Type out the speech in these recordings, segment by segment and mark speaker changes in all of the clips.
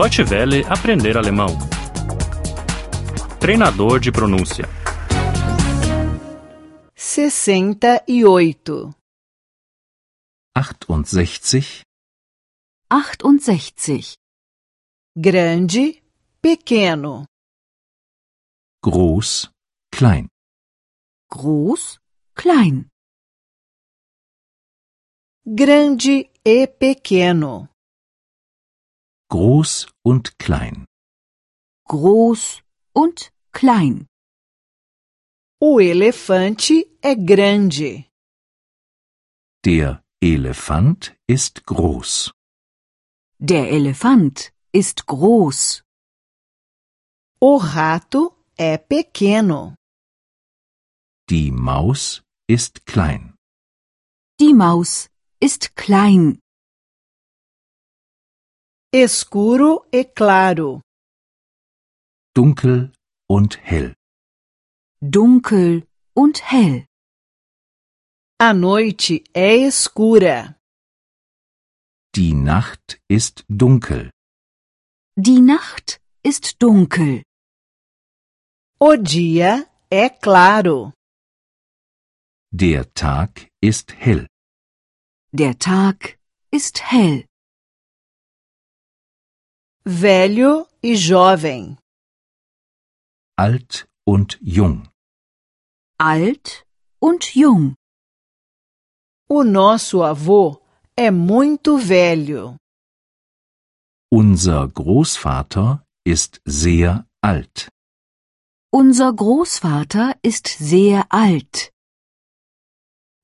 Speaker 1: Deutsche Welle aprender alemão. Treinador de pronúncia.
Speaker 2: 68.
Speaker 3: 68
Speaker 4: 68.
Speaker 2: Grande, pequeno.
Speaker 3: groß, klein,
Speaker 4: Groß, klein.
Speaker 2: Grande e pequeno.
Speaker 3: groß und klein.
Speaker 4: Groß und klein.
Speaker 2: O elefante é grande.
Speaker 3: Der Elefant ist groß.
Speaker 4: Der Elefant ist groß.
Speaker 2: O rato é pequeno.
Speaker 3: Die Maus ist klein.
Speaker 4: Die Maus ist klein.
Speaker 2: Escuro e claro.
Speaker 3: Dunkel und hell.
Speaker 4: Dunkel und hell.
Speaker 2: A noite é escura.
Speaker 3: Die Nacht ist dunkel.
Speaker 4: Die Nacht ist dunkel.
Speaker 2: O dia é claro.
Speaker 3: Der Tag ist hell.
Speaker 4: Der Tag ist hell.
Speaker 2: Velho e jovem.
Speaker 3: Alt und jung.
Speaker 4: Alt und jung.
Speaker 2: O nosso avô é muito velho.
Speaker 3: Unser Großvater ist sehr alt.
Speaker 4: Unser Großvater ist sehr alt.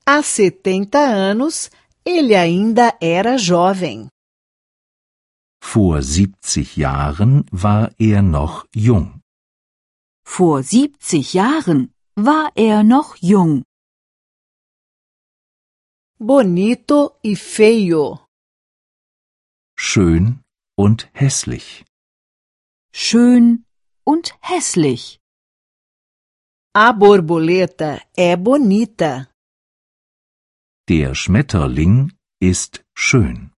Speaker 2: Há 70 anos, ele ainda era jovem.
Speaker 3: Vor 70 Jahren war er noch jung.
Speaker 4: Vor 70 Jahren war er noch jung.
Speaker 2: Bonito e feio.
Speaker 3: Schön und hässlich.
Speaker 4: Schön und hässlich.
Speaker 2: A borboleta é bonita.
Speaker 3: Der Schmetterling ist schön.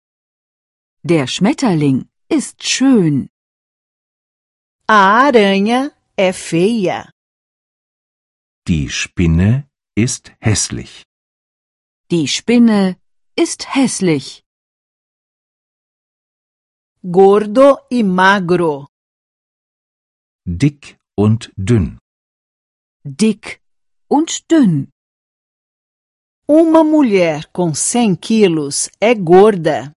Speaker 4: Der Schmetterling ist schön.
Speaker 2: A aranha é feia.
Speaker 3: Die Spinne ist hässlich.
Speaker 4: Die Spinne ist hässlich.
Speaker 2: Gordo e magro.
Speaker 3: Dick und dünn.
Speaker 4: Dick und dünn.
Speaker 2: Uma mulher com 100 quilos é gorda.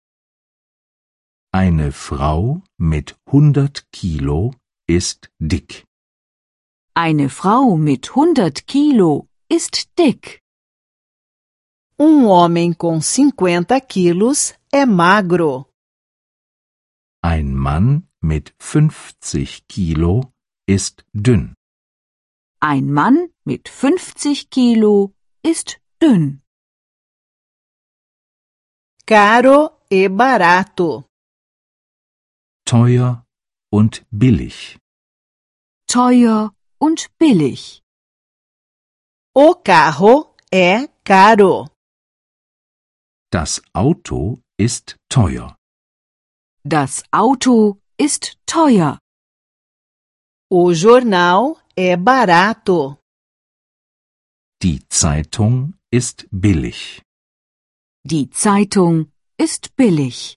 Speaker 3: Eine Frau mit 100 Kilo ist dick.
Speaker 4: Eine Frau mit 100 Kilo ist dick.
Speaker 2: Um homem com 50 quilos é magro.
Speaker 3: Ein Mann mit 50 Kilo ist dünn.
Speaker 4: Ein Mann mit 50 Kilo ist dünn.
Speaker 2: Caro e barato.
Speaker 3: Teuer und billig.
Speaker 4: Teuer und billig.
Speaker 2: O carro é caro.
Speaker 3: Das Auto ist teuer.
Speaker 4: Das Auto ist teuer.
Speaker 2: O jornal é barato.
Speaker 3: Die Zeitung ist billig.
Speaker 4: Die Zeitung ist billig.